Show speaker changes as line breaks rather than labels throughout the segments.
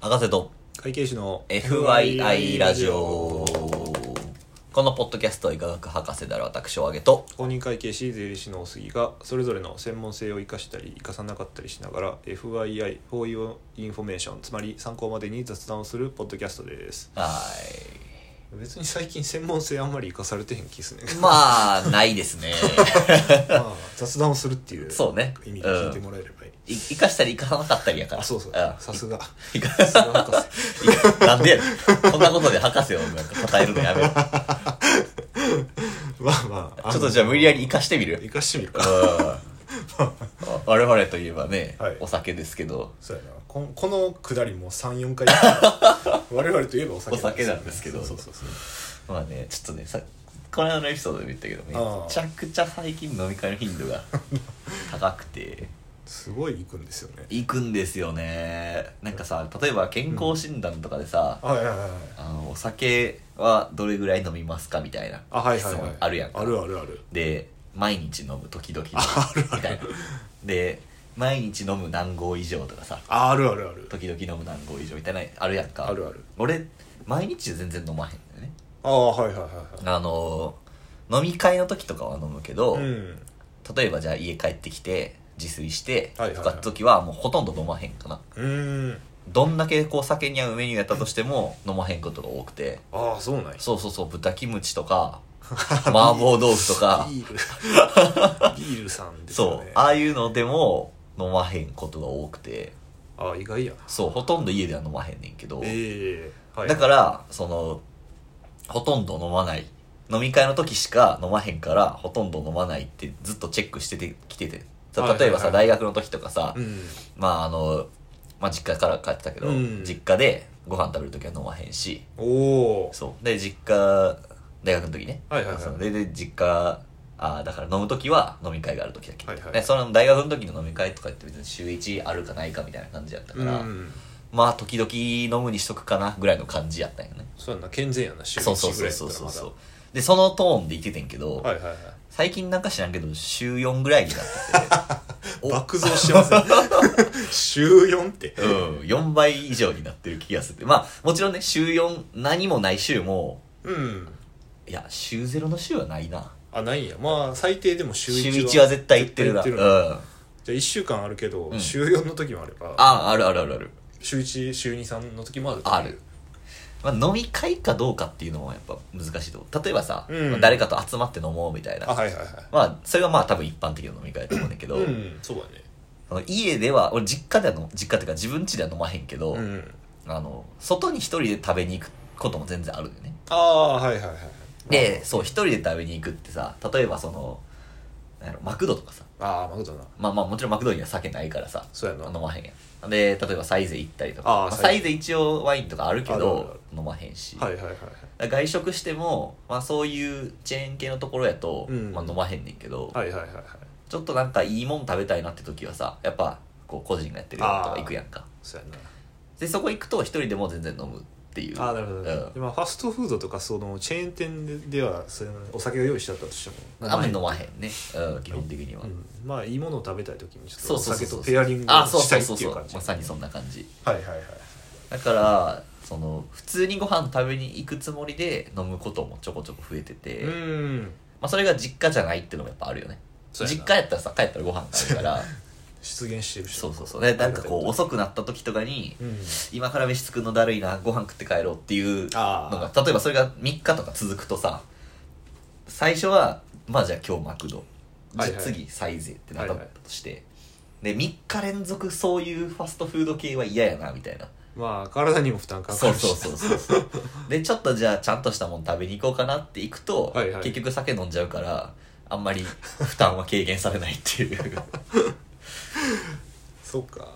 博士と
会計士の
FYI ラジオこのポッドキャストは医科学博士である私を挙げと
公認会計士税理士の杉がそれぞれの専門性を生かしたり生かさなかったりしながら FYI for your information つまり参考までに雑談をするポッドキャストです
は
別に最近専門性あんまり生かされてへん気っすね
ーい まあないですね
まあ雑談をするっていう
そうね
意味で聞いてもらえればいい、
い生かしたり生かさなかったりやから
あそうそうさすが
いか
さすが博士
ん、 なんでやねんこんなことで博士をなんか称えるのやめろち
まあまあ
ょっとじゃあ無理やり生か
し
してみる
生かしてみる
うん
か
我々といえばね、
はい
お酒ですけど
そうやなこんこのくだりも34回 我々といえばお酒
お
よ
酒なんですけど
そうそうそう
まあねちょっとねさこの間のエピソードでも言ったけどめ
ああ
ちゃくちゃ最近飲み会の頻度 が高くて
すごい行くんですよね
行くんですよねなんかさ例えば健康診断とかでさ、
はいはいはい
あのお酒はどれぐらい飲みますかみたいな
あはい
質
はいはい
問あるやんか
あるあるある
で毎日飲む時々 飲むみたいなで毎日飲む何合以上とかさ
ああるあるある
時々飲む何合以上みたいなあるやんか
あるある
俺毎日全然飲まへんだよね
ああはいはいはい
あの飲み会の時とかは飲むけど、
はいうん
例えばじゃあ家帰ってきて自炊して
はいはい
と
はい
かって時はもうほとんど飲まへんかな
うーん
どんだけこう酒に合うメニューやったとしても飲まへんことが多くて
ああそうなんや
そうそうそう豚キムチと か 麻婆豆腐とか
ビールビールさんですよ
そう
ね
ああいうのでも飲まへんことが多くて
ああ意外やな
そうほとんど家では飲まへんねんけど、
ええはい
だからそのほとんど飲まない飲み会の時しか飲まへんからほとんど飲まないってずっとチェックしててきててそう
はいはいは
例
い
えばさ大学の時とかさ、
うん
まああの、まあ、実家から帰ってたけど、
うん
実家でご飯食べる時は飲まへんし
おお
そうで実家大学の時ね、
はいはいはい
そうでで実家あーだから飲む時は飲み会がある時だけ、
はいはい
でその大学の時の飲み会とかって別に週1あるかないかみたいな感じやった
う
から、
ん
まあ時々飲むにしとくかなぐらいの感じやったんよね
そうやんな健全やな週
そうそう
1ぐ
そう
らいや
そう
ったら
そう
まだ
そうでそのトーンで言っててんけど、
はいはいはい
最近なんか知らんけど週4ぐらいになっ てて
爆増して ますね週4って
お うん、4倍以上になってる気がするまあもちろんね週4何もない週も
うん
いや週0の週はないな
あないんやまあ最低でも週
週
1
1は絶対行ってるな
絶対行
う
なじ
ん
ゃあ1週間あるけど、
ん
週4の時もあれば
ああるあるあるある
週1週23の時もある
ある、まあ、飲み会かどうかっていうのもやっぱ難しいと思う例えばさ、
うん
まあ誰かと集まって飲もうみたいな
あはいはいはい
まあそれがまあ多分一般的な飲み会だと思うんだけど、
うんそうだね
あの家では俺実家ではの実家っていうか自分家では飲まへんけど、
うん
あの外に一人で食べに行くことも全然あるんだよね
ああはいはいはい
でそう一人で食べに行くってさ例えばそのなんやろマクドとかさ
ああマクドな
まあまあもちろんマクドには酒ないからさ
そうやな
飲まへんやんで例えばサイゼ行ったりとか
あー
まあサ
サ
イ
イ
ゼ一応ワインとかあるけ
あるあるあ
ど
る
飲まへんし、
はいはいはいはい
だから外食しても、まあ、そういうチェーン系のところやと、
うん
まあ、飲まへんねんけど、
はいはいはいはい
ちょっとなんかいいもん食べたいなって時はさやっぱこう個人がやってるやつとか行くやんか
そうや
でそこ行くと一人でも全然飲むっていう
なああなるほど、ね
うん
でまあファストフードとかそのチェーン店でではそのお酒を用意してあったとしても
あんまり飲
の
まへんね、うん、基本的には、
うん、まあいいものを食べたい時にちょっと
そう
お
そうそう
酒
そ
と
う
ペアリング
あ
を
そう
した
そう
いって
そうそう
い
う
感じ
まさにそんな感じ
はいはいはい
だからその普通にご飯食べに行くつもりで飲むこともちょこちょこ増えてて、
う
ま
ん
あ、それが実家じゃないっていうのもやっぱあるよね
そうやな
実家やったらさ帰ったらご飯がある から
出現してるし
そうそうそうねなんかこう遅くなった時とかに、
うん
今から飯作るのだるいなご飯食って帰ろうっていうのが
あ
例えばそれが3日とか続くとさ最初はまあじゃあ今日マクド、じゃあ
はいはい
次サイゼってなったとして、で3日連続そういうファストフード系は嫌やなみたいな
まあ体にも負担かか
そう
るし
そうそうそうそう でちょっとじゃあちゃんとしたもの食べに行こうかなって行くと、
はいはい
結局酒飲んじゃうからあんまり負担は軽減されないっていう
そうか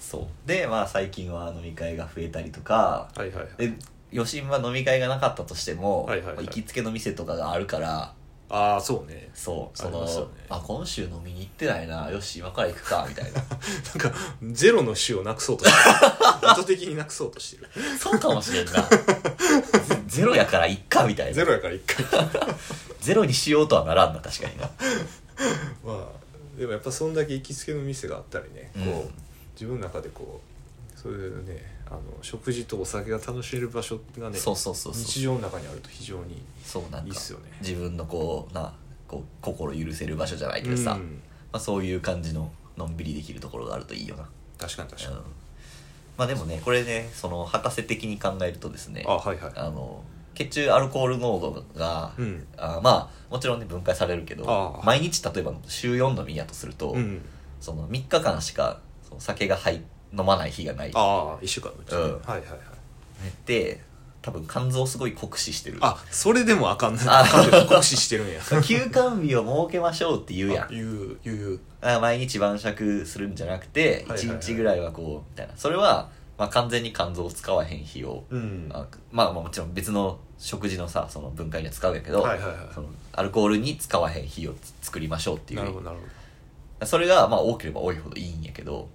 そうでまあ最近は飲み会が増えたりとか
はいはいはい
で余震は飲み会がなかったとしても、
はいはいはい
行きつけの店とかがあるから
ああそうね
そうそ
あり
の
ます
あ,、
よね
今週飲みに行ってないなよし今から行くかみたい な
なんかゼロの種をなくそうとして る意図的になくそうとしてる
そうかもしれんなゼゼロやから行っかみたいな
ゼロやから一回
ゼロにしようとはならんな確かにな
まあでもやっぱそんだけ行きつけの店があったりね、
うん
こう自分の中でこうそそういうねあの食事とお酒が楽しめる場所がね
そうそうそうそう
日常の中にあると非常に
そうなんか
いいっすよね
自分のこうなこう心許せる場所じゃないけどさ、
う
ま
ん
あ、そういう感じののんびりできるところがあるといいよな、
確かに確か
う
に
ん、まあでもねこれねその博士的に考えるとですね
あはいはい
あの血中アルコール濃度が、
うん
あまあもちろんね分解されるけど
あ
毎日例えば週4飲みやとすると、
うん
その3日間しかその酒が入飲まない日がない
ああ1週間のうちに、
うん
はいはいはい
で多分肝臓すごい酷使してる
あそれでもあかんね
あ
あかんね酷使してるん や
休館日を設けましょうって言うやん
あ言う言う言う
あ毎日晩酌するんじゃなくて
はいはい
1
はい
日ぐらいはこうみたいなそれは、まあ、完全に肝臓を使わへん日を、
うん
あまあまあもちろん別の食事のさその分解には使うんやけど、
はいはいはい
そのアルコールに使わへん日をつ作りましょうっていう
なるほどなるほど
それがまあ多ければ多いほどいいんやけど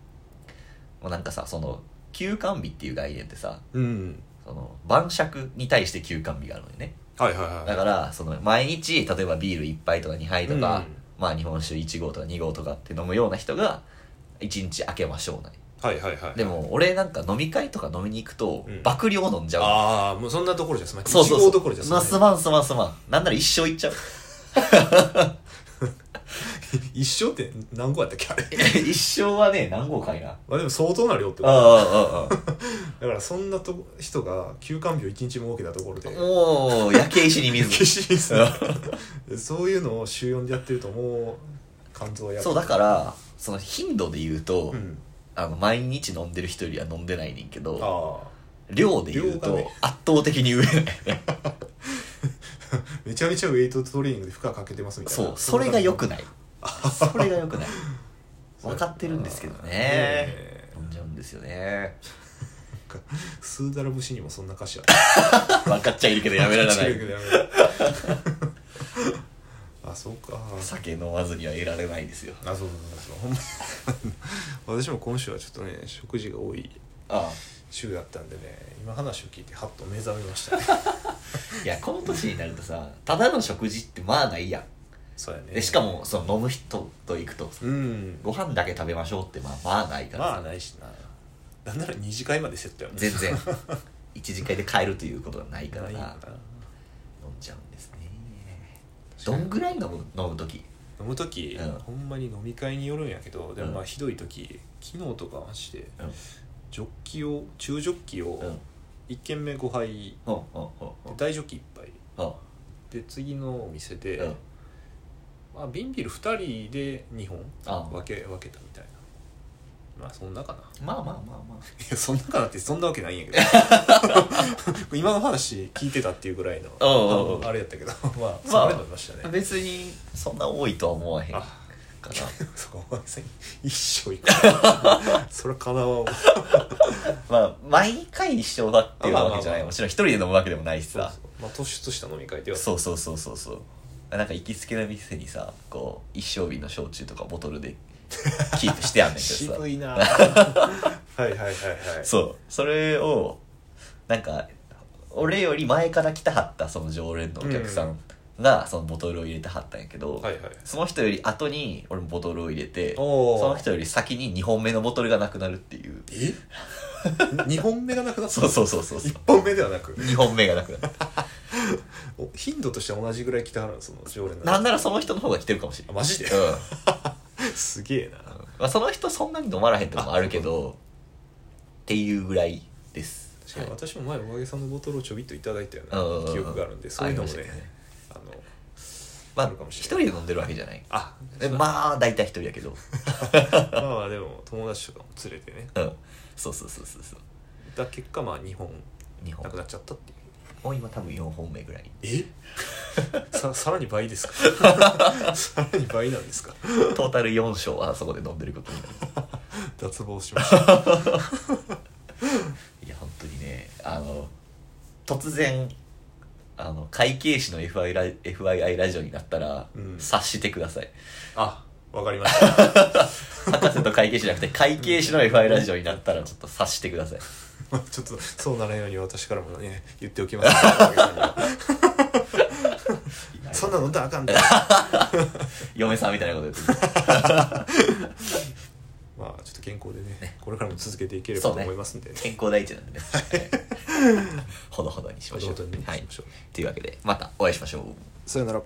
もうなんかさその休館日っていう概念ってさ
うん
その晩酌に対して休館日があるのよね
はいはいはい
だからその毎日例えばビール1杯とか2杯とか、
うん
まあ日本酒1合とか2合とかって飲むような人が1日空けましょうね
はいはいはい
でも俺なんか飲み会とか飲みに行くと
うん
爆量飲んじゃう、
ああもうそんなところじゃ済まない
そうそう
一
そ
号
う
どころじゃ済ま
す
ない
まんすまんすまんなんなら一生行っちゃ う
一生って何個やったっけ あれ
一生はね何合かいな
まあでも相当な量って
あ
こ
あ
と
あああ
だからそんなと人が休館日を一日も設けたところで
あもう焼け石に水
消しですね そういうのを週4でやってるともう肝臓や
そうだからその頻度で言うと、
うん
あの毎日飲んでる人よりは飲んでないねんけ
あ
ど
あ
量で言う
量
と
がね
圧倒的に上だよね
めちゃめちゃウェイトトレーニングで負荷かけてますみたいな
そうそれが良く
い
ないそれが良くない分かってるんですけどね飲んじゃうんですよね
スーダラ節にもそんな歌詞ある
分かっちゃいるけどやめられな
中
い
学でやめられない あそうか
酒飲まずにはいられないですよ
あそうそうそうそうほんま私も今週はちょっとね食事が多い
ああ
週だったんでね今話を聞いてハッと目覚めま したね
いやこの年になるとさただの食事ってまあないやん
そうやね
でしかもその飲む人と行くと
うん
ご飯だけ食べましょうってまあまあないからさ
まあないしななんなら二次会までセットやもん
全 然一時会で帰るということがないから
ない
な
よな
飲んじゃうんですねどんぐらい飲む飲む時
飲む時、
うん
ほんまに飲み会によるんやけどでもま
う
あ
ん
ひどい時昨日とかマジで
うんうん
ジョッキを中ジョッキを
うん
1軒目5杯
うんうん
で大ジョッキ1杯
うんうん
で次のお店で、
うん
まあ、瓶ビール2人で2本
あ
分け分けたみたいなまあそんな かな
まあまあまあまあ
いやそんなかなってそんなわけないんやけど 今の話聞いてたっていうぐらいの
おうおうおう
あのあれやったけど まあ
まあ
それ飲みましたね
別にそんな多いとは思わへん か
あ
な
そこお前さん一生いくそれはかなわん わ
まあ毎回一緒だっていう
まあまあ
わけじゃない
まあ
もちろん一人で飲むわけでもないし
そう
さ
そうまあ突出した飲み会では
そうそうそうそうそうなんか行きつけの店にさこう一升瓶の焼酎とかボトル でキープしてあんねんけどさ
渋 いなはいはいはいはい
そうそれをなんか俺より前から来たはったその常連のお客さんがそのボトルを入れてはったんやけど、
はいはい
その人より後に俺もボトルを入れて
おー
その人より先に2本目のボトルがなくなるっていう
え 二本目がなくなった
そうそうそうそうそう
一本目ではなく
2本目がなくなる
お頻度としては同じぐらい来てはるのその常連の
なんならその人の方が来てるかもしれな
あ
い
マジで
うん
すげえな
まあ、その人そんなに飲まらへんとかもあるけどっていうぐらいです
確かに
はい
私も前おかげさんのボトルをちょびっといただいたよ
うんうん
う
うん
な記憶があるんでそういうのも
あ
ね
りましたね
あの
ま
あ
あ
るかもし
一人
れな
で飲んでるわけじゃない
あ
えまあ大体一人やけど
まあまあでも友達とかも連れてね
うんそうそうそうそうそう
だ結果まあ2本
2本
なくなっちゃったっていう
もう今多分4本目ぐらい
え ささらに倍ですか さらに倍なんですか
トータル4升はそこで飲んでることになる
脱帽しました
いや本当にねあの突然あの会計士の FI ラ FII ラジオになったら、
うん
察してください
あわかりました
博士と会計士じゃなくて会計士の FI ラジオになったらちょっと察してください
まあちょっとそうならんように私からもね言っておきますおかげさんには そんなのだ あかんで、
嫁さんみたいなこと言ってる
ままあちょっと健康でねこれからも続けていければ
そ
と
うね
思いますんでね
健康第一なんでね ほどほどにしましょう
ほどほどにしましょう
はい、というわけでまたお会いしましょう
さよなら